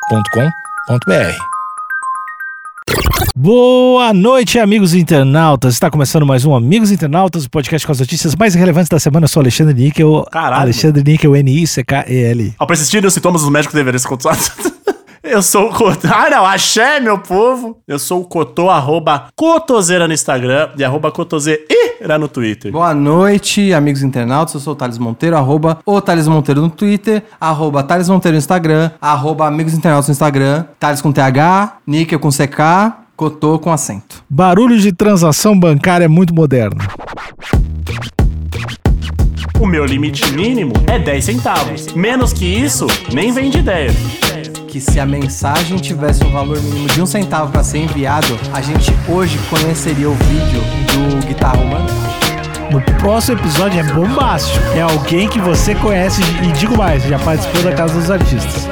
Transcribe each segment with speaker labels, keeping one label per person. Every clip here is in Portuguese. Speaker 1: agenciadepodcast.com.br.
Speaker 2: Boa noite, amigos internautas. Está começando mais um Amigos Internautas, o podcast com as notícias mais relevantes da semana. Eu sou Alexandre Níquel.
Speaker 3: Caralho.
Speaker 2: Alexandre Níquel, N-I-C-K-E-L.
Speaker 3: Ao persistirem os sintomas, os médicos deveriam ser consultados. Eu sou o Cotô. Ah, não, axé, meu povo. Eu sou o Cotô, arroba Cotoseira no Instagram e arroba Cotoseira no Twitter.
Speaker 4: Boa noite, amigos internautas. Eu sou o Thales Monteiro, arroba o Thales Monteiro no Twitter, arroba Thales Monteiro no Instagram, arroba amigos internautas no Instagram, Thales com TH, Níquel com CK, Cotô com acento.
Speaker 2: Barulho de transação bancária é muito moderno.
Speaker 3: O meu limite mínimo é 10 centavos. Menos que isso, nem vem de ideia.
Speaker 4: Que se a mensagem tivesse um valor mínimo de um centavo para ser enviado, a gente hoje conheceria o vídeo do Guitarra Humana.
Speaker 2: No próximo episódio é bombástico. É alguém que você conhece e digo mais, já participou da Casa dos Artistas.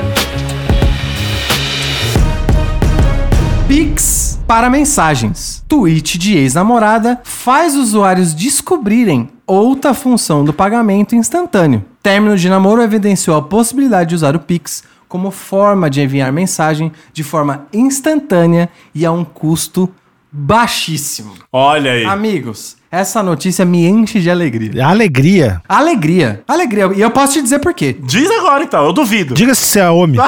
Speaker 4: Pix para mensagens. Tweet de ex-namorada faz usuários descobrirem outra função do pagamento instantâneo. Término de namoro evidenciou a possibilidade de usar o Pix como forma de enviar mensagem de forma instantânea e a um custo baixíssimo.
Speaker 3: Olha aí.
Speaker 4: Amigos, essa notícia me enche de alegria.
Speaker 2: Alegria.
Speaker 4: Alegria, alegria. E eu posso te dizer por quê.
Speaker 3: Diz agora então, eu duvido.
Speaker 2: Diga-se se é homem.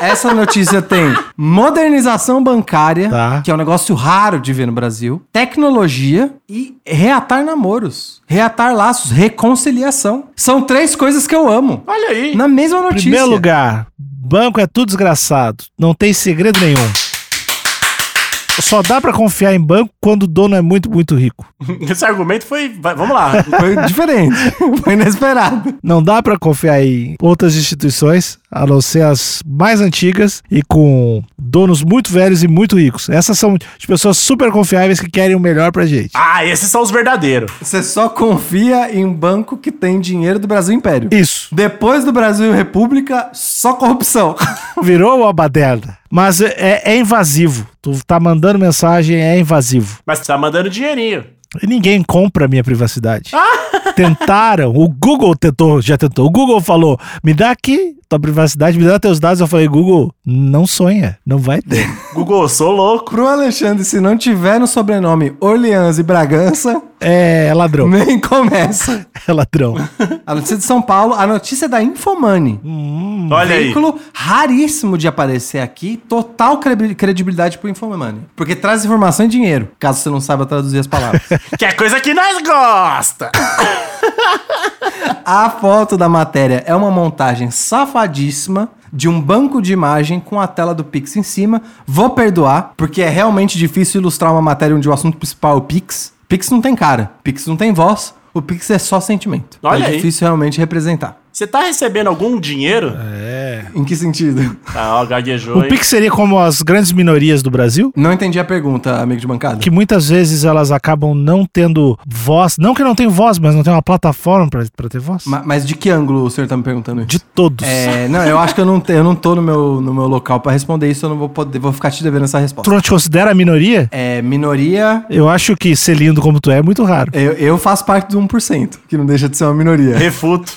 Speaker 4: Essa notícia tem modernização bancária,
Speaker 2: Tá.
Speaker 4: que é um negócio raro de ver no Brasil, tecnologia e reatar namoros, reatar laços, reconciliação. São três coisas que eu amo.
Speaker 3: Olha aí.
Speaker 4: Na mesma notícia.
Speaker 2: Primeiro lugar, banco é tudo desgraçado. Não tem segredo nenhum. Só dá pra confiar em banco quando o dono é muito, muito rico.
Speaker 3: Esse argumento foi. vai- vamos lá.
Speaker 4: Foi diferente. Foi inesperado.
Speaker 2: Não dá pra confiar em outras instituições, a não ser as mais antigas e com donos muito velhos e muito ricos. Essas são de pessoas super confiáveis que querem o melhor pra gente.
Speaker 3: Ah, esses são os verdadeiros.
Speaker 4: Você só confia em banco que tem dinheiro do Brasil Império.
Speaker 2: Isso.
Speaker 4: Depois do Brasil República, só corrupção.
Speaker 2: Virou uma baderna. Mas é, é invasivo. Tu tá mandando mensagem, é invasivo.
Speaker 3: Mas tá mandando dinheirinho.
Speaker 2: E ninguém compra a minha privacidade. Tentaram, o Google tentou, já tentou. O Google falou: me dá aqui tua privacidade, me dá teus dados. Eu falei: Google, não sonha, não vai ter.
Speaker 3: Google, eu sou louco.
Speaker 4: Pro Alexandre, se não tiver no sobrenome Orleans e Bragança,
Speaker 2: É ladrão,
Speaker 4: nem começa.
Speaker 2: é ladrão.
Speaker 4: A notícia de São Paulo, a notícia é da Infomani.
Speaker 3: Hum. Olha aí.
Speaker 4: veículo raríssimo de aparecer aqui, total cre- credibilidade pro Infomani. Porque traz informação e dinheiro, caso você não saiba traduzir as palavras.
Speaker 3: Que é coisa que nós gosta.
Speaker 4: a foto da matéria é uma montagem safadíssima de um banco de imagem com a tela do Pix em cima. Vou perdoar, porque é realmente difícil ilustrar uma matéria onde o assunto principal é o Pix. Pix não tem cara, Pix não tem voz, o Pix é só sentimento.
Speaker 3: Olha
Speaker 4: é
Speaker 3: aí.
Speaker 4: difícil realmente representar.
Speaker 3: Você tá recebendo algum dinheiro? É.
Speaker 4: Em que sentido?
Speaker 3: Tá, ó, gaguejou.
Speaker 2: O
Speaker 3: hein?
Speaker 2: Pix seria como as grandes minorias do Brasil,
Speaker 4: Não entendi a pergunta, amigo de bancada.
Speaker 2: que muitas vezes elas acabam não tendo voz. Não que não tem voz, mas não tem uma plataforma pra, pra ter voz.
Speaker 4: Ma- mas de que ângulo o senhor tá me perguntando isso?
Speaker 2: De todos.
Speaker 4: É, não, eu acho que eu não, te- eu não tô no meu, no meu local pra responder isso, eu não vou poder, vou ficar te devendo essa
Speaker 2: Tu
Speaker 4: resposta.
Speaker 2: não te considera a minoria?
Speaker 4: É, minoria,
Speaker 2: Eu acho que ser lindo como tu é é muito raro.
Speaker 4: eu, eu faço parte do 1%, que não deixa de ser uma minoria.
Speaker 3: Refuto.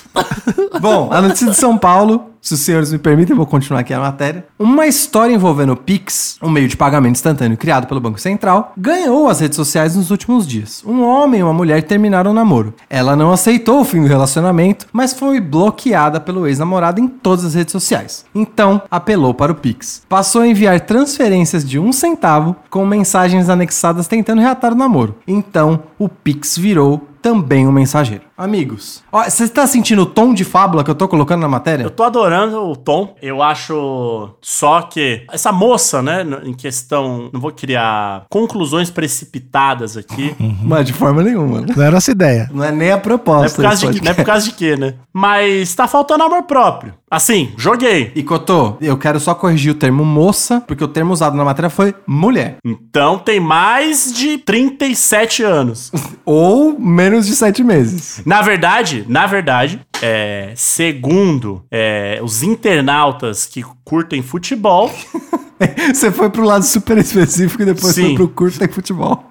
Speaker 4: Bom, a notícia de São Paulo, se os senhores me permitem, eu vou continuar aqui a matéria. Uma história envolvendo o Pix, um meio de pagamento instantâneo criado pelo Banco Central, ganhou as redes sociais nos últimos dias. Um homem e uma mulher terminaram o namoro. Ela não aceitou o fim do relacionamento, mas foi bloqueada pelo ex-namorado em todas as redes sociais. Então, apelou para o Pix. Passou a enviar transferências de um centavo com mensagens anexadas tentando reatar o namoro. Então, o Pix virou também um mensageiro. Amigos, ó, você tá sentindo o tom de fábula que eu tô colocando na
Speaker 3: Eu
Speaker 4: matéria?
Speaker 3: tô adorando o tom. Eu acho só que essa moça, né, no- em questão, não vou criar conclusões precipitadas aqui.
Speaker 4: Uhum. Mas de forma nenhuma. né?
Speaker 2: Não era essa ideia.
Speaker 4: Não é nem a
Speaker 3: Não é, por
Speaker 4: proposta.
Speaker 3: causa
Speaker 4: desse
Speaker 3: de, que- não é por
Speaker 4: podcast.
Speaker 3: causa de quê, né? Mas tá faltando amor próprio. Assim, joguei.
Speaker 4: E Cotô, eu quero só corrigir o termo moça, porque o termo usado na matéria foi mulher.
Speaker 3: Então tem mais de 37 anos.
Speaker 4: Ou menos de sete meses.
Speaker 3: Na verdade, na verdade, é, segundo é, os internautas que curtem futebol,
Speaker 4: Você foi pro lado super específico e depois
Speaker 3: Sim.
Speaker 4: foi pro curso de futebol.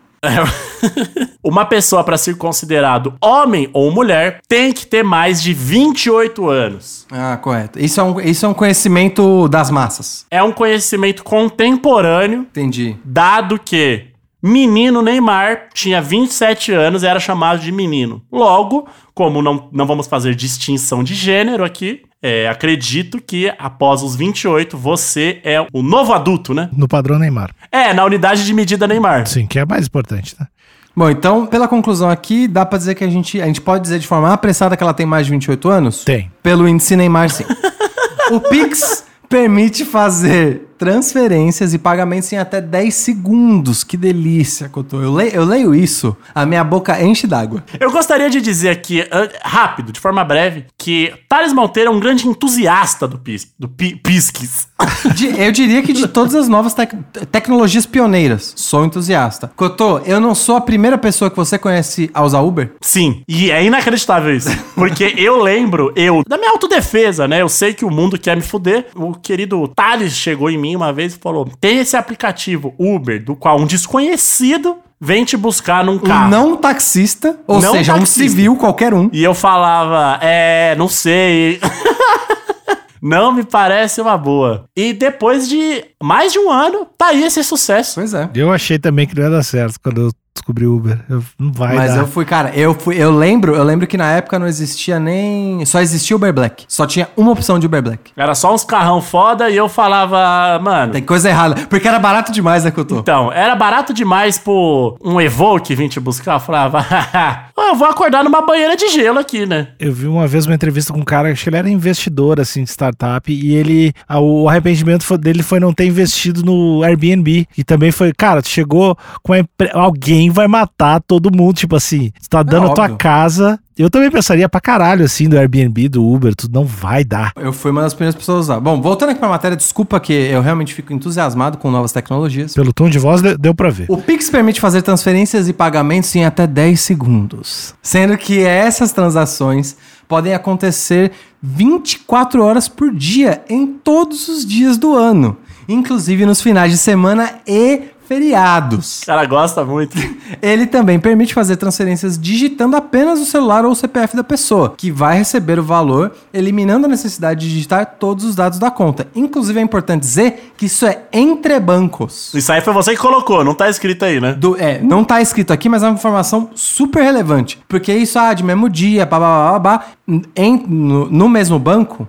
Speaker 3: Uma pessoa para ser considerado homem ou mulher tem que ter mais de 28 anos.
Speaker 4: Ah, correto. Isso é, um, isso é um conhecimento das massas.
Speaker 3: É um conhecimento contemporâneo,
Speaker 4: Entendi.
Speaker 3: dado que menino Neymar tinha 27 anos e era chamado de menino. Logo, como não, não vamos fazer distinção de gênero aqui, é, acredito que após os 28 você é o novo adulto, né?
Speaker 2: No padrão Neymar.
Speaker 3: É, na unidade de medida Neymar.
Speaker 2: Sim, que é mais importante, tá?
Speaker 4: Bom, então, pela conclusão aqui, dá pra dizer que a gente, a gente pode dizer de forma apressada que ela tem mais de 28 anos?
Speaker 2: Tem.
Speaker 4: Pelo índice Neymar, sim. o Pix permite fazer transferências e pagamentos em até 10 segundos. Que delícia, Cotô. Eu, le- eu leio isso, a minha boca enche d'água.
Speaker 3: Eu gostaria de dizer aqui, an- rápido, de forma breve, que Thales Monteiro é um grande entusiasta do, pis, do pi- Pisques.
Speaker 4: De- eu diria que de todas as novas tec- tecnologias pioneiras, sou entusiasta. Cotô, eu não sou a primeira pessoa que você conhece a usar Uber?
Speaker 3: Sim, e é inacreditável isso. Porque eu lembro, eu, da minha autodefesa, né? Eu sei que o mundo quer me fuder. O querido Thales chegou em mim uma vez e falou: tem esse aplicativo Uber, do qual um desconhecido vem te buscar num carro.
Speaker 4: Um não taxista, ou
Speaker 3: Não
Speaker 4: seja,
Speaker 3: taxista.
Speaker 4: um civil qualquer um.
Speaker 3: E eu falava, é, não sei. não me parece uma boa. E depois de mais de um ano, tá aí esse sucesso.
Speaker 4: Pois é.
Speaker 2: Eu achei também que não ia dar certo quando eu descobri o Uber. Eu- não vai
Speaker 4: Mas
Speaker 2: dar.
Speaker 4: eu fui, cara, eu fui, eu lembro, eu lembro que na época não existia nem, só existia Uber Black. Só tinha uma opção de Uber Black.
Speaker 3: Era só uns carrão foda e eu falava, mano.
Speaker 4: Tem coisa errada, porque era barato demais, né, Couto?
Speaker 3: Então, era barato demais por um Evoque vir te buscar. Eu falava, "Ah, eu vou acordar numa banheira de gelo aqui, né?
Speaker 2: Eu vi uma vez uma entrevista com um cara, acho que ele era investidor, assim, de startup, e ele, a- o arrependimento fo- dele foi não ter investido no Airbnb, e também foi, cara, tu chegou com a empre- alguém vai matar todo mundo, tipo assim, tu tá dando a tua
Speaker 4: óbvio.
Speaker 2: casa, eu também pensaria pra caralho, assim, do Airbnb, do Uber, tu não vai dar.
Speaker 4: Eu fui uma das primeiras pessoas a usar. Bom, voltando aqui pra matéria, desculpa que eu realmente fico entusiasmado com novas tecnologias.
Speaker 2: Pelo tom de voz, de- deu pra ver.
Speaker 4: O Pix permite fazer transferências e pagamentos em até 10 segundos, sendo que essas transações podem acontecer 24 horas por dia em todos os dias do ano, inclusive nos finais de semana e feriados.
Speaker 3: O cara gosta muito.
Speaker 4: Ele também permite fazer transferências digitando apenas o celular ou o CPF da pessoa, que vai receber o valor, eliminando a necessidade de digitar todos os dados da conta. Inclusive é importante dizer que isso é entre bancos.
Speaker 3: Isso aí foi você que colocou, não tá escrito aí, né?
Speaker 4: Do- é, não tá escrito aqui, mas é uma informação super relevante. Porque isso, ah, de mesmo dia, blá, blá, blá, blá, blá, em- no, no mesmo banco,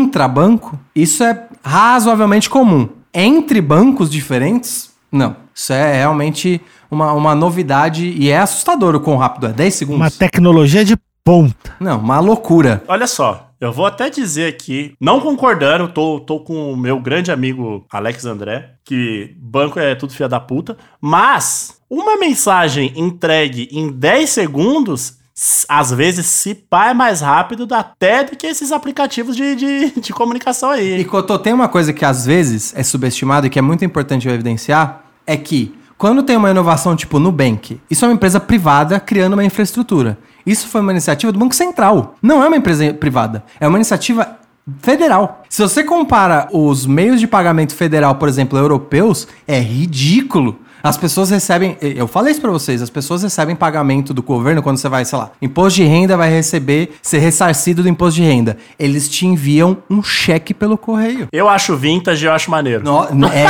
Speaker 4: intrabanco, isso é razoavelmente comum. Entre bancos diferentes, não. Isso é realmente uma, uma novidade e é assustador o quão rápido é. 10 segundos?
Speaker 2: Uma tecnologia de ponta.
Speaker 4: Não, uma loucura.
Speaker 3: Olha só, eu vou até dizer aqui, não concordando, tô, tô com o meu grande amigo Alex André, que banco é tudo filha da puta, mas uma mensagem entregue em 10 segundos, s- às vezes, se pá, é mais rápido até do que esses aplicativos de, de, de comunicação aí.
Speaker 4: E
Speaker 3: hein?
Speaker 4: Cotô, tem uma coisa que às vezes é subestimada e que é muito importante eu evidenciar, é que quando tem uma inovação tipo Nubank, isso é uma empresa privada criando uma infraestrutura. Isso foi uma iniciativa do Banco Central. Não é uma empresa privada, é uma iniciativa federal. Se você compara os meios de pagamento federal, por exemplo, europeus, é ridículo. As pessoas recebem, eu falei isso pra vocês, as pessoas recebem pagamento do governo quando você vai, sei lá, imposto de renda vai receber, ser ressarcido do imposto de renda. Eles te enviam um cheque pelo correio.
Speaker 3: Eu acho vintage, eu acho maneiro.
Speaker 4: No- no- é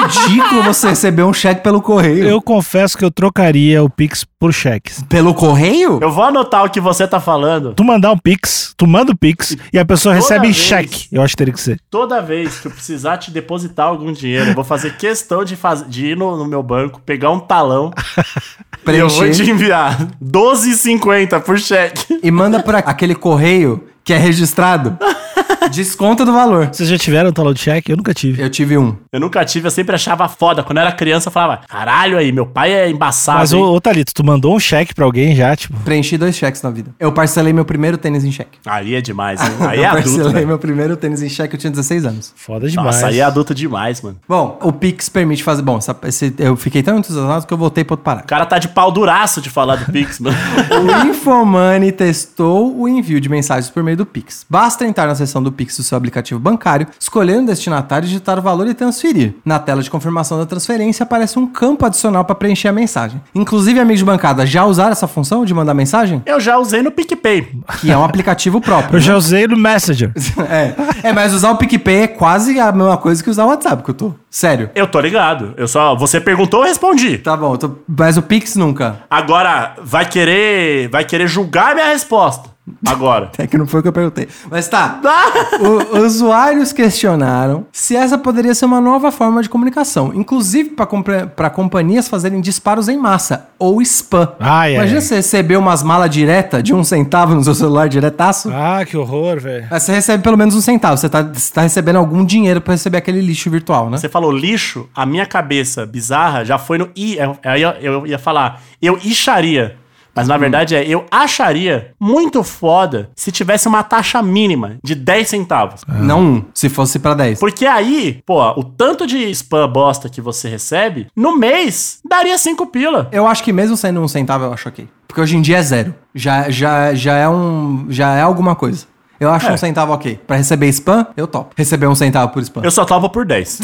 Speaker 4: ridículo você receber um cheque pelo correio.
Speaker 2: Eu confesso que eu trocaria o Pix por cheques.
Speaker 4: Pelo correio?
Speaker 3: Eu vou anotar o que você tá falando.
Speaker 2: Tu mandar um Pix, tu manda o Pix e a pessoa
Speaker 3: Toda
Speaker 2: recebe em
Speaker 3: vez.
Speaker 2: cheque. Eu acho que teria que ser.
Speaker 3: Toda vez que eu precisar te depositar algum dinheiro, eu vou fazer questão de, faz... de ir no, no meu banco, pegar um talão e eu vou
Speaker 4: Preencher.
Speaker 3: te enviar 12,50 por cheque.
Speaker 4: E manda por a- aquele correio que é registrado. Desconta do valor.
Speaker 2: Vocês já tiveram talão de cheque? Eu nunca tive.
Speaker 4: Eu tive um.
Speaker 3: Eu nunca tive, eu sempre achava foda. Quando eu era criança, eu falava, caralho aí, meu pai é embaçado.
Speaker 2: Mas,
Speaker 3: hein?"
Speaker 2: ô, ô Thalito, tu mandou um cheque pra alguém já, tipo.
Speaker 4: Preenchi dois cheques na vida. Eu parcelei meu primeiro tênis em cheque.
Speaker 3: Aí é demais, hein? Aí
Speaker 4: eu
Speaker 3: é adulto,
Speaker 4: parcelei
Speaker 3: né?
Speaker 4: meu primeiro tênis em cheque, eu tinha 16 anos.
Speaker 2: Foda demais.
Speaker 3: Nossa, aí é adulto demais, mano.
Speaker 4: Bom, o Pix permite fazer. Bom, essa- esse- eu fiquei tão entusiasmado que eu voltei para outro
Speaker 3: O
Speaker 4: parágrafo.
Speaker 3: cara tá de pau duraço de falar do Pix, mano.
Speaker 4: O Infomani testou o envio de mensagens por meio do Pix. Basta entrar na seção do Pix do seu aplicativo bancário, escolher um destinatário, digitar o valor e transferir. Na tela de confirmação da transferência aparece um campo adicional para preencher a mensagem. Inclusive, amigos de bancada, já usaram essa função de mandar mensagem?
Speaker 3: Eu já usei no PicPay.
Speaker 4: Que é um aplicativo próprio.
Speaker 2: Eu
Speaker 4: né?
Speaker 2: já usei no Messenger.
Speaker 4: É. é, mas usar o PicPay é quase a mesma coisa que usar o WhatsApp, que eu tô. Sério.
Speaker 3: Eu tô ligado. Eu só. Você perguntou, eu respondi.
Speaker 4: Tá bom, eu tô- mas o Pix nunca.
Speaker 3: Agora, vai querer. Vai querer julgar minha resposta. Agora.
Speaker 4: É que não foi o que eu perguntei. Mas tá. O- usuários questionaram se essa poderia ser uma nova forma de comunicação, inclusive para companhias fazerem disparos em massa ou spam.
Speaker 2: Ai, ai,
Speaker 4: Imagina
Speaker 2: ai.
Speaker 4: você receber umas malas direta de um centavo no seu celular diretaço.
Speaker 2: Ah, que horror, velho.
Speaker 4: Mas você recebe pelo menos um centavo. Você tá, você tá recebendo algum dinheiro pra receber aquele lixo virtual, né?
Speaker 3: Você falou lixo, a minha cabeça bizarra já foi no i. é- Aí eu, eu ia falar, eu ixaria. Mas na verdade é, eu acharia muito foda se tivesse uma taxa mínima de 10 centavos.
Speaker 2: Ah.
Speaker 4: Não um, se fosse pra 10.
Speaker 3: Porque aí, pô, o tanto de spam bosta que você recebe, no mês, daria 5 pila.
Speaker 4: Eu acho que mesmo sendo um centavo, eu acho ok. Porque hoje em dia é zero. Já, já, já, é, um, já é alguma coisa. Eu acho um centavo ok. Pra receber spam, eu topo. Receber um centavo por spam.
Speaker 3: Eu só topo por 10.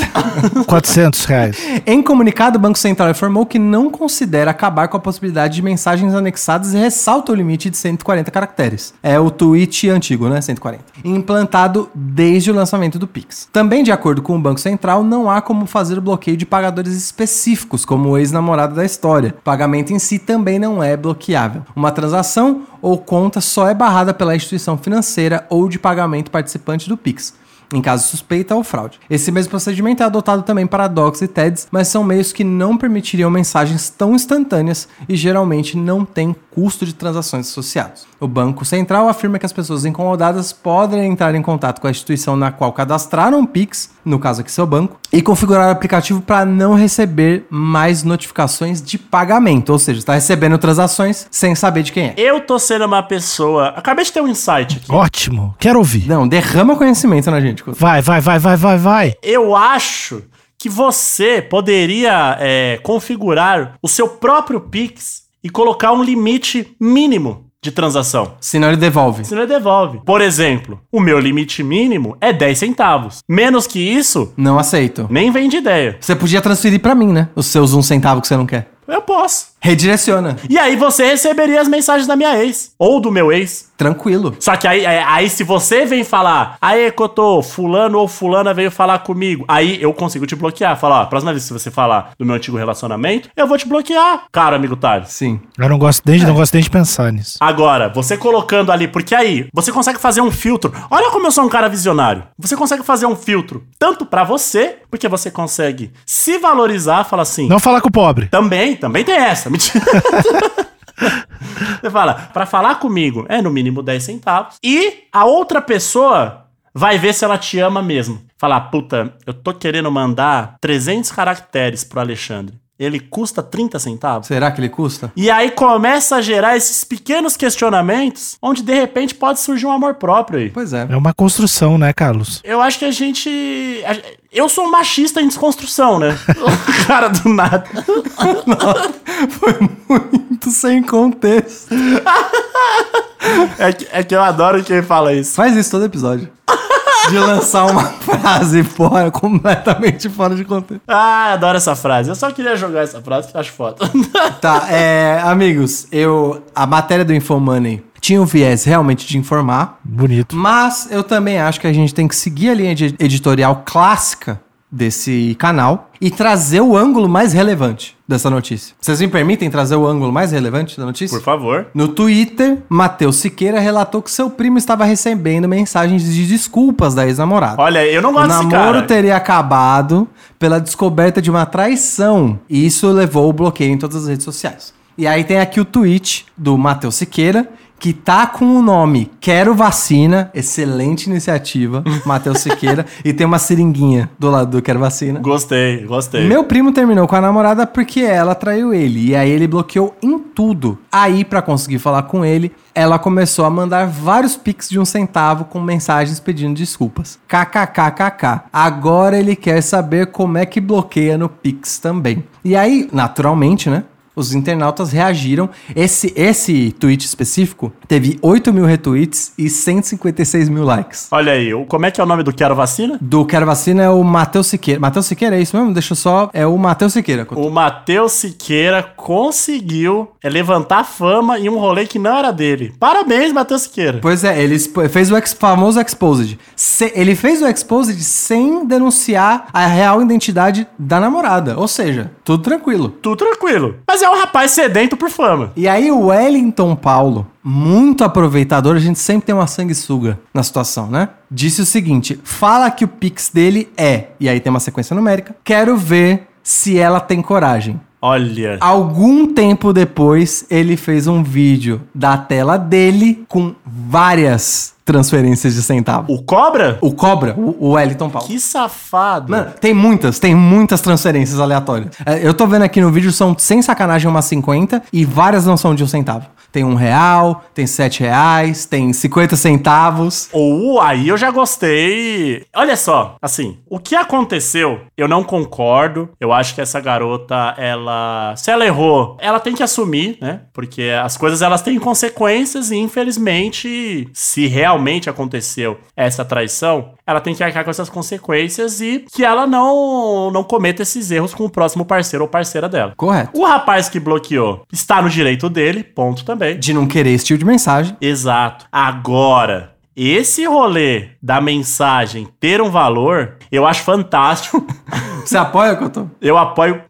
Speaker 2: 400 reais.
Speaker 4: Em comunicado, o Banco Central informou que não considera acabar com a possibilidade de mensagens anexadas e ressalta o limite de 140 caracteres. É o tweet antigo, né? 140. Implantado desde o lançamento do Pix. Também, de acordo com o Banco Central, não há como fazer o bloqueio de pagadores específicos, como o ex-namorado da história. O pagamento em si também não é bloqueável. Uma transação ou conta só é barrada pela instituição financeira ou de pagamento participante do Pix em caso de suspeita ou fraude. Esse mesmo procedimento é adotado também para docs e TEDs, mas são meios que não permitiriam mensagens tão instantâneas e geralmente não têm custo de transações associados. O Banco Central afirma que as pessoas incomodadas podem entrar em contato com a instituição na qual cadastraram o Pix, no caso aqui seu banco, e configurar o aplicativo para não receber mais notificações de pagamento, ou seja, está recebendo transações sem saber de quem é.
Speaker 3: Eu tô sendo uma pessoa. Acabei de ter um insight aqui.
Speaker 2: Ótimo. Quero ouvir.
Speaker 4: Não, derrama conhecimento na gente. Couto.
Speaker 2: Vai, vai, vai, vai, vai, vai.
Speaker 3: Eu acho que você poderia é, configurar o seu próprio Pix e colocar um limite mínimo de transação.
Speaker 4: Senão ele devolve.
Speaker 3: Senão ele devolve. Por exemplo, o meu limite mínimo é 10 centavos. Menos que isso,
Speaker 4: Não aceito.
Speaker 3: nem vem de ideia.
Speaker 4: Você podia transferir pra mim, né? Os seus um centavo que você não quer.
Speaker 3: Eu posso.
Speaker 4: Redireciona.
Speaker 3: E aí você receberia as mensagens da minha ex. Ou do meu ex.
Speaker 4: Tranquilo.
Speaker 3: Só que aí, aí, aí se você vem falar, aê, Cotô, fulano ou fulana veio falar comigo, aí eu consigo te bloquear. Falar, ó, próxima vez que você falar do meu antigo relacionamento, eu vou te bloquear, caro amigo Thales.
Speaker 4: Sim.
Speaker 2: Eu não gosto nem de, não gosto nem de pensar nisso.
Speaker 3: Agora, você colocando ali, porque aí você consegue fazer um filtro. Olha como eu sou um cara visionário. Você consegue fazer um filtro tanto pra você, porque você consegue se valorizar, falar assim.
Speaker 2: Não falar com o pobre.
Speaker 3: Também, também tem essa. Mentira. Você fala, pra falar comigo é no mínimo 10 centavos. E a outra pessoa vai ver se ela te ama mesmo. Falar, puta, eu tô querendo mandar 300 caracteres pro Alexandre. Ele custa 30 centavos.
Speaker 4: Será que ele custa?
Speaker 3: E aí começa a gerar esses pequenos questionamentos, onde de repente pode surgir um amor próprio aí.
Speaker 4: Pois é.
Speaker 2: É uma construção, né, Carlos?
Speaker 3: Eu acho que a gente. a- Eu sou um machista em desconstrução, né? Cara do nada.
Speaker 4: Foi muito sem contexto.
Speaker 3: É que, é que eu adoro quem fala isso.
Speaker 4: Faz isso todo episódio. De lançar uma frase fora, completamente fora de contexto.
Speaker 3: Ah, adoro essa frase. Eu só queria jogar essa frase que eu acho foda.
Speaker 4: Tá, é. Amigos, eu. A matéria do Infomoney tinha o viés realmente de informar.
Speaker 2: Bonito.
Speaker 4: Mas eu também acho que a gente tem que seguir a linha de editorial clássica desse canal e trazer o ângulo mais relevante dessa notícia. Vocês me permitem trazer o ângulo mais relevante da notícia?
Speaker 3: Por favor.
Speaker 4: No Twitter, Matheus Siqueira relatou que seu primo estava recebendo mensagens de desculpas da ex-namorada.
Speaker 3: Olha, eu não
Speaker 4: O
Speaker 3: gosto desse
Speaker 4: namoro
Speaker 3: cara.
Speaker 4: teria acabado pela descoberta de uma traição. E isso levou o bloqueio em todas as redes sociais. E aí tem aqui o tweet do Matheus Siqueira, que tá com o nome Quero Vacina. Excelente iniciativa, Matheus Siqueira. e tem uma seringuinha do lado do Quero Vacina.
Speaker 3: Gostei, gostei.
Speaker 4: Meu primo terminou com a namorada porque ela traiu ele. E aí ele bloqueou em tudo. Aí, pra conseguir falar com ele, ela começou a mandar vários pics de um centavo com mensagens pedindo desculpas. KKKKK. Agora ele quer saber como é que bloqueia no Pix também. E aí, naturalmente, né? Os internautas reagiram. Esse, esse tweet específico teve 8 mil retweets e 156 mil likes.
Speaker 3: Olha aí, o- como é que é o nome do Quero Vacina?
Speaker 4: Do Quero Vacina é o Matheus Siqueira. Matheus Siqueira é isso mesmo? Deixa eu só. É o Matheus Siqueira.
Speaker 3: O Matheus Siqueira conseguiu é, levantar fama em um rolê que não era dele. Parabéns, Matheus Siqueira.
Speaker 4: Pois é, ele expo- fez o ex- famoso Exposed. Se- ele fez o Exposed sem denunciar a real identidade da namorada. Ou seja, tudo tranquilo.
Speaker 3: Tudo tranquilo. Mas é um rapaz sedento por fama.
Speaker 4: E aí o Wellington Paulo, muito aproveitador, a gente sempre tem uma sanguessuga na situação, né? Disse o seguinte: fala que o pix dele é, e aí tem uma sequência numérica, quero ver se ela tem coragem.
Speaker 3: Olha.
Speaker 4: Ah. Algum tempo depois, ele fez um vídeo da tela dele com várias transferências de centavo.
Speaker 3: O Cobra?
Speaker 4: O Cobra, o, o Wellington Paulo.
Speaker 3: Que safado.
Speaker 4: Mano, tem muitas, tem muitas transferências aleatórias. É, Eu tô vendo aqui no vídeo, são sem sacanagem umas 50 e várias não são de um centavo. Tem um real, tem sete reais, tem 50 centavos.
Speaker 3: Ou aí eu já gostei. Olha só, assim, o que aconteceu, eu não concordo. Eu acho que essa garota, ela. Se ela errou, ela tem que assumir, né? Porque as coisas elas têm consequências e, infelizmente, se realmente aconteceu essa traição, ela tem que arcar com essas consequências e que ela não, não cometa esses erros com o próximo parceiro ou parceira dela.
Speaker 4: Correto.
Speaker 3: O rapaz que bloqueou está no direito dele, ponto também.
Speaker 4: De não querer esse tipo de mensagem.
Speaker 3: Exato. Agora, esse rolê da mensagem ter um valor, eu acho fantástico.
Speaker 4: Você apoia, Cotô?
Speaker 3: Eu apoio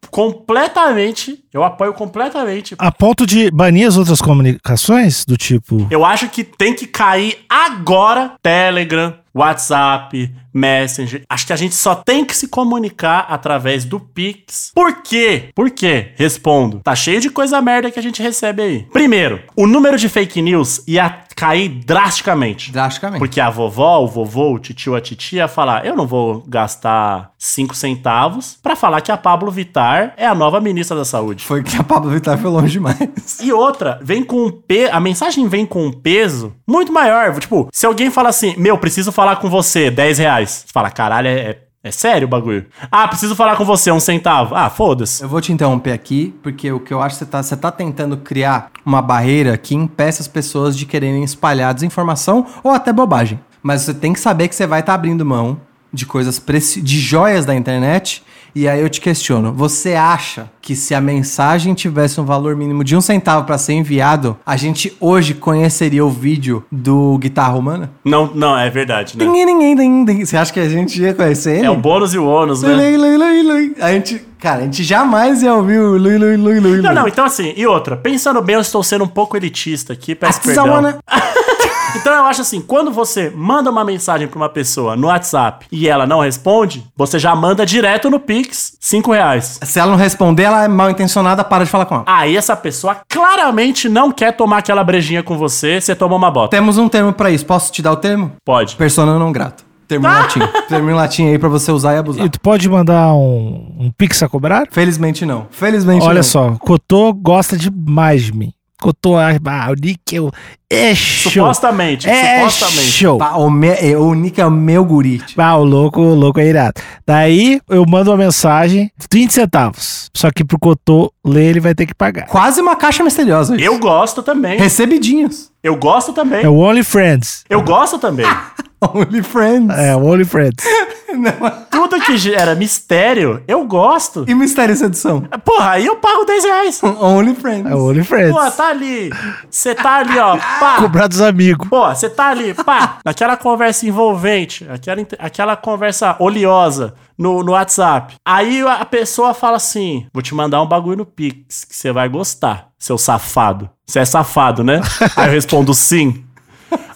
Speaker 3: completamente. Eu apoio completamente.
Speaker 2: A ponto de banir as outras comunicações do tipo.
Speaker 3: Eu acho que tem que cair agora Telegram, WhatsApp, Messenger. Acho que a gente só tem que se comunicar através do Pix. Por quê? Por quê? Respondo. Tá cheio de coisa merda que a gente recebe aí. Primeiro, o número de fake news ia cair drasticamente.
Speaker 4: Drasticamente.
Speaker 3: Porque a vovó, o vovô, o titio, a titia falar, eu não vou gastar cinco centavos pra falar que a Pablo Vitar é a nova ministra da saúde.
Speaker 4: Foi que a Pablo Vittar foi longe demais.
Speaker 3: E outra, vem com um peso. A mensagem vem com um peso muito maior. Tipo, se alguém fala assim, meu, preciso falar com você, 10 reais. Você fala, caralho, é, é- é sério o bagulho. Ah, preciso falar com você, um centavo. Ah, foda-se.
Speaker 4: Eu vou te interromper aqui, porque o que eu acho que você tá, você tá tentando criar uma barreira que impeça as pessoas de quererem espalhar desinformação ou até bobagem. Mas você tem que saber que você vai estar abrindo mão de coisas preci- de joias da internet. E aí eu te questiono, você acha que se a mensagem tivesse um valor mínimo de um centavo para ser enviado, a gente hoje conheceria o vídeo do Guitarra Humana?
Speaker 3: Não, não, é verdade, né?
Speaker 4: Ninguém, ninguém, ninguém. Você acha que a gente ia conhecer ele?
Speaker 3: É o bônus e o ônus, né?
Speaker 4: Lui, lui, lui, lui. A gente, cara, a gente jamais ia ouvir o lui, lui, lui, lui,
Speaker 3: Não,
Speaker 4: lui.
Speaker 3: não, então assim, e outra, pensando bem, eu estou sendo um pouco elitista aqui,
Speaker 4: Ah,
Speaker 3: peço perdão.
Speaker 4: Artesanona.
Speaker 3: Então eu acho assim, quando você manda uma mensagem pra uma pessoa no WhatsApp e ela não responde, você já manda direto no Pix 5 reais.
Speaker 4: Se ela não responder, ela é mal intencionada, para de falar com ela.
Speaker 3: Aí essa pessoa claramente não quer tomar aquela brejinha com você, você toma uma bota.
Speaker 4: Temos um termo pra isso. Posso te dar o termo?
Speaker 3: Pode.
Speaker 4: Persona não grato. Termo em
Speaker 3: Ah!
Speaker 4: latim. Termo em latim aí pra você usar e abusar.
Speaker 2: E tu pode mandar um, um pix a cobrar?
Speaker 4: Felizmente não. Felizmente não.
Speaker 2: Olha só, Cotô gosta demais de mim. Cotô, ah, ah, o níquel é show.
Speaker 3: Supostamente,
Speaker 2: É
Speaker 3: supostamente.
Speaker 2: show.
Speaker 4: Pá, O, me, é, o Nick é o meu guri.
Speaker 2: Ah, o louco, o louco é irado. Daí eu mando uma mensagem, 20 centavos. Só que pro Cotô ler, ele vai ter que pagar.
Speaker 4: Quase uma caixa misteriosa. isso.
Speaker 3: Eu gosto também.
Speaker 4: Recebidinhos.
Speaker 3: Eu gosto
Speaker 2: É
Speaker 3: também.
Speaker 2: o Only Friends.
Speaker 3: Eu gosto também.
Speaker 4: Only friends.
Speaker 2: É, o Only Friends.
Speaker 4: Não.
Speaker 3: Tudo que era mistério, eu gosto.
Speaker 4: E mistério e sedução?
Speaker 3: Porra, aí eu pago 10 reais.
Speaker 4: Only friends.
Speaker 2: É o Only Friends.
Speaker 3: Pô, tá ali. Você tá ali, ó. Pá.
Speaker 2: Cobrar dos amigos.
Speaker 3: Pô, você tá ali, pá, naquela conversa envolvente, aquela, inte- aquela conversa oleosa no, no WhatsApp. Aí a a pessoa fala assim: vou te mandar um bagulho no Pix, que você vai gostar, seu safado. Você é safado, né? Aí eu respondo sim.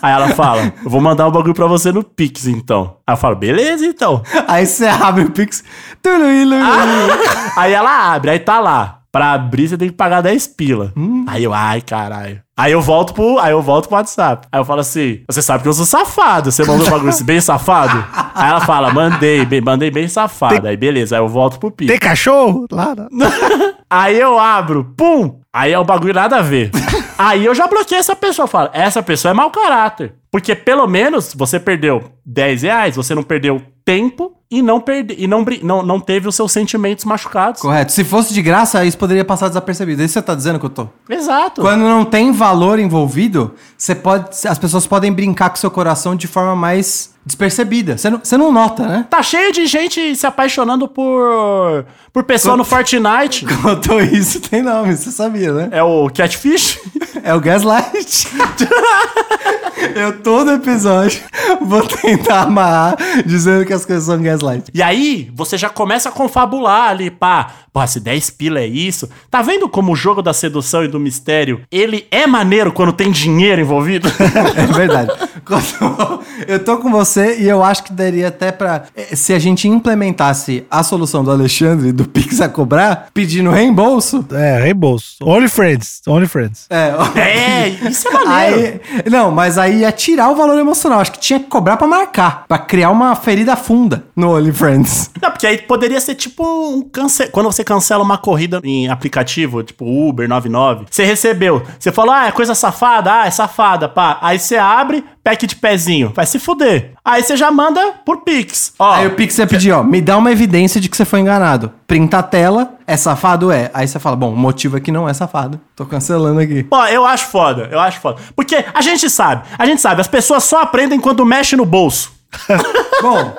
Speaker 3: Aí ela fala: eu vou mandar um bagulho pra você no Pix, então. Aí eu falo: beleza, então.
Speaker 4: Aí você abre o Pix. Tului, lui, lui.
Speaker 3: Ah! Aí ela abre, aí tá lá. Pra abrir, você tem que pagar 10 pila. Aí eu, ai, caralho. Aí eu volto pro. Aí eu volto pro WhatsApp. Aí eu falo assim: você sabe que eu sou safado. Você mandou um bagulho assim, bem safado? Aí ela fala, mandei, bem, mandei bem safado. Aí beleza, aí eu volto pro Pix.
Speaker 2: Tem cachorro? Lá, não.
Speaker 3: Aí eu abro, pum! Aí é o bagulho nada a ver. Aí eu já bloqueei essa pessoa. eu Falo, essa pessoa é mau caráter. Porque pelo menos você perdeu 10 reais, você não perdeu tempo, e não perde, e não, bri- não, não teve os seus sentimentos machucados.
Speaker 4: Correto. Se fosse de graça, isso poderia passar desapercebido. Isso você tá dizendo que eu tô.
Speaker 3: Exato.
Speaker 4: Quando não tem valor envolvido, você pode, as pessoas podem brincar com seu coração de forma mais despercebida. Você não, você não nota, né?
Speaker 3: Tá cheio de gente se apaixonando por por pessoa no Fortnite.
Speaker 4: Contou isso, tem nome, você sabia, né?
Speaker 3: É o Catfish?
Speaker 4: É o Gaslight. Eu todo episódio vou tentar amarrar dizendo que as coisas são Gaslight.
Speaker 3: E aí, você já começa a confabular ali, pá. Pô, se 10 pila é isso. Tá vendo como o jogo da sedução e do mistério, ele é maneiro quando tem dinheiro envolvido?
Speaker 4: É verdade. Quando- Eu tô com você e eu acho que daria até pra. eh, Se a gente implementasse a solução do Alexandre do Pix a cobrar, pedindo reembolso.
Speaker 2: É, reembolso. Only Friends. Only Friends.
Speaker 4: É,
Speaker 3: é, isso é maneiro.
Speaker 4: Aí, não, mas aí ia tirar o valor emocional. Acho que tinha que cobrar pra marcar, Pra criar uma ferida funda no OnlyFriends.
Speaker 3: Não, porque aí poderia ser tipo um cance... Quando você cancela uma corrida em aplicativo, tipo Uber 99, você recebeu, você falou, ah, é coisa safada, ah, é safada, pá. Aí você abre, pack de pezinho, vai se fuder. Aí você já manda por Pix. Ó,
Speaker 4: Aí o Pix ia pedir, ó, me dá uma evidência de que você foi enganado. Printa a tela, é safado? É. Aí você fala, bom, o motivo é que não é safado. Tô cancelando aqui.
Speaker 3: Pô, eu acho foda, eu acho foda. Porque a gente sabe, a gente sabe, as pessoas só aprendem quando mexe no bolso.
Speaker 4: Bom,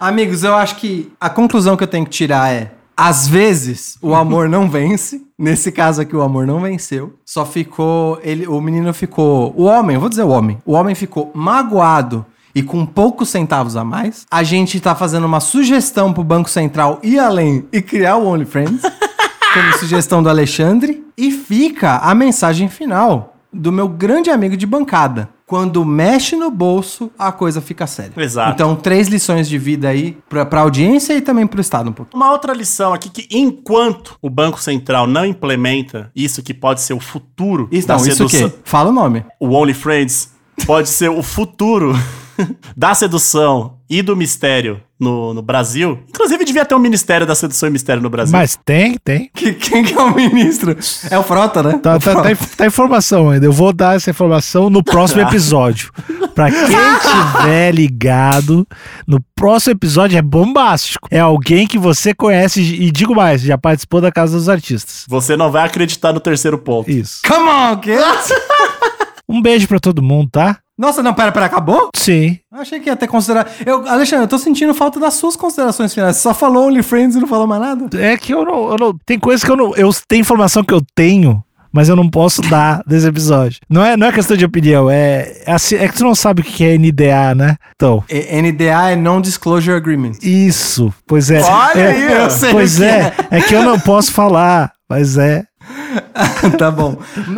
Speaker 4: amigos, eu acho que a conclusão que eu tenho que tirar é: às vezes o amor não vence. Nesse caso aqui, o amor não venceu. Só ficou. Ele, o menino ficou. O homem, eu vou dizer o homem. O homem ficou magoado e com poucos centavos a mais. A gente tá fazendo uma sugestão pro Banco Central ir além e criar o OnlyFriends. como sugestão do Alexandre. E fica a mensagem final do meu grande amigo de bancada. Quando mexe no bolso, a coisa fica séria.
Speaker 3: Exato.
Speaker 4: Então, três lições de vida aí pra, pra audiência e também pro Estado um pouquinho.
Speaker 3: Uma outra lição aqui que enquanto o Banco Central não implementa isso que pode ser o futuro
Speaker 4: Isso, não, Então, isso o quê? Fala o nome.
Speaker 3: o OnlyFriends pode ser o futuro da sedução e do mistério no, no Brasil. Inclusive, devia ter um Ministério da Sedução e Mistério no Brasil.
Speaker 2: Mas tem, tem.
Speaker 4: Que, quem que é o ministro? É o Frota, né?
Speaker 2: Tá,
Speaker 4: O
Speaker 2: tá, tá,
Speaker 4: Frota.
Speaker 2: tá informação ainda. Eu vou dar essa informação no próximo episódio. Pra quem tiver ligado, no próximo episódio é bombástico. É alguém que você conhece e digo mais, já participou da Casa dos Artistas.
Speaker 3: Você não vai acreditar no terceiro ponto.
Speaker 2: Isso.
Speaker 4: Come on, kids!
Speaker 2: Um beijo pra todo mundo, tá?
Speaker 4: Nossa, não, pera, pera, acabou?
Speaker 2: Sim.
Speaker 4: Eu Achei que ia ter considerado. Eu, Alexandre, eu tô sentindo falta das suas considerações finais. Você só falou OnlyFriends e não falou mais nada?
Speaker 2: É que eu não, eu não- Tem coisa que eu não. Eu tenho informação que eu tenho, mas eu não posso dar desse episódio. Não é, não é questão de opinião, é, é assim- é que tu não sabe o que é NDA, né? Então.
Speaker 4: E- NDA é Non-Disclosure Agreement.
Speaker 2: Isso, pois é.
Speaker 4: Olha
Speaker 2: é,
Speaker 4: aí, eu sei
Speaker 2: Pois
Speaker 4: o que
Speaker 2: é, é que eu não posso falar, mas é.
Speaker 4: tá bom.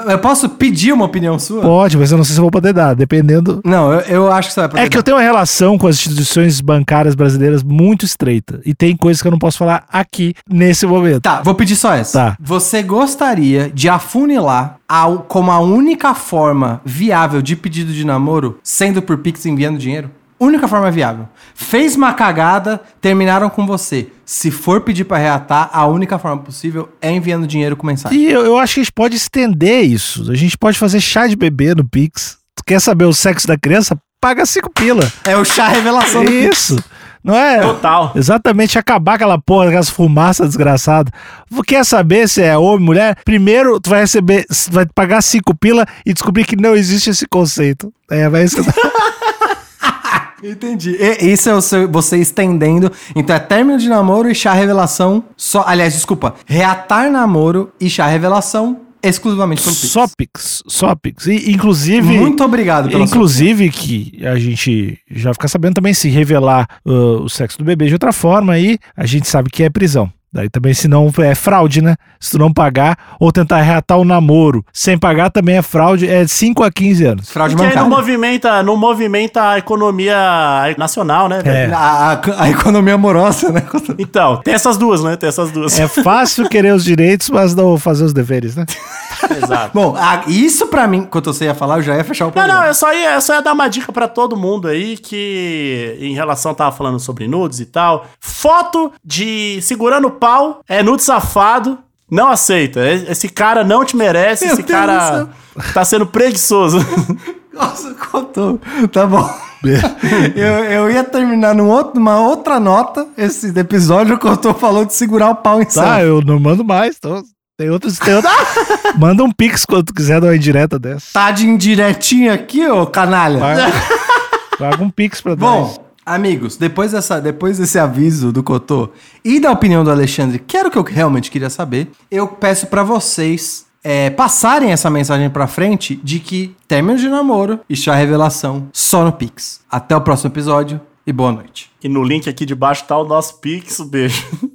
Speaker 4: Eu posso pedir uma opinião sua?
Speaker 2: Pode, mas eu não sei se eu vou poder dar, dependendo.
Speaker 4: Não, eu, eu acho que você vai poder
Speaker 2: É que eu tenho uma relação com as instituições bancárias brasileiras muito estreita. E tem coisas que eu não posso falar aqui nesse momento.
Speaker 4: Tá, vou pedir só essa.
Speaker 2: Tá.
Speaker 4: Você gostaria de afunilar a- como a única forma viável de pedido de namoro, sendo por Pix enviando dinheiro? Única forma viável. Fez uma cagada, terminaram com você. Se for pedir pra reatar, a única forma possível é enviando dinheiro com mensagem.
Speaker 2: E eu, eu acho que a gente pode estender isso. A gente pode fazer chá de bebê no Pix. Tu quer saber o sexo da criança? Paga cinco pila.
Speaker 4: É o chá revelação do Pix.
Speaker 2: Isso. Não é?
Speaker 3: Total.
Speaker 2: Exatamente, acabar aquela porra, aquelas fumaças desgraçadas. Vo- Quer saber se é homem, mulher? Primeiro, tu vai receber, vai pagar cinco pila e descobrir que não existe esse conceito. É, vai ser...
Speaker 4: Entendi. E- Isso é o seu, você estendendo. Então é término de namoro e chá revelação só. Aliás, desculpa. Reatar namoro e chá revelação exclusivamente pelo Pix.
Speaker 2: só Pix, só Pix. E, inclusive,
Speaker 4: Muito obrigado pela sua
Speaker 2: inclusive que a gente já fica sabendo também se revelar uh, o sexo do bebê de outra forma aí, a gente sabe que é prisão. Daí também, se não, é fraude, né? Se tu não pagar ou tentar reatar o namoro sem pagar também é fraude, é 5 a 15 anos.
Speaker 4: Fraude
Speaker 3: Porque aí não
Speaker 4: bancária.
Speaker 3: movimenta, não movimenta a economia nacional, né? velho?
Speaker 2: É.
Speaker 4: A, a- a economia amorosa, né?
Speaker 3: Então, tem essas duas, né? Tem essas duas.
Speaker 2: É fácil querer os direitos, mas não fazer os deveres, né?
Speaker 3: Exato.
Speaker 4: Bom, a- isso pra mim, quando você ia falar, eu já ia fechar o
Speaker 3: Não,
Speaker 4: programa.
Speaker 3: não, eu só, ia, eu só ia dar uma dica pra todo mundo aí que, em relação, tava falando sobre nudes e tal. Foto de segurando o pau é nude safado, não aceita. E- Esse cara não te merece,
Speaker 4: Meu
Speaker 3: esse
Speaker 4: Deus do
Speaker 3: cara tá sendo preguiçoso.
Speaker 4: Nossa, contou. Tá bom. Eu, eu ia terminar num outro, numa outra nota esse episódio, o Cotô falou de segurar o pau em
Speaker 2: Tá,
Speaker 4: sangue.
Speaker 2: eu não mando mais. Então, tem outros. Tem outro... Ah! Manda um pix quando tu quiser dar uma indireta dessa.
Speaker 4: Tá de indiretinho aqui, ô canalha.
Speaker 2: Paga, paga um pix pra nós.
Speaker 4: Bom, amigos, depois, dessa, depois desse aviso do Cotô e da opinião do Alexandre, que era o que eu realmente queria saber, eu peço pra vocês é, passarem essa mensagem pra frente de que término de namoro e chá revelação só no Pix. Até o próximo episódio e boa noite.
Speaker 3: E no link aqui de baixo tá o nosso Pix, beijo.